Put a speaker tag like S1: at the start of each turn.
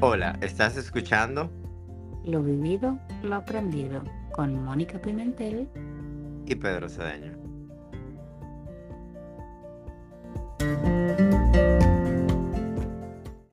S1: Hola, ¿estás escuchando?
S2: Lo vivido, lo aprendido, con Mónica Pimentel
S1: Y Pedro Cedeño.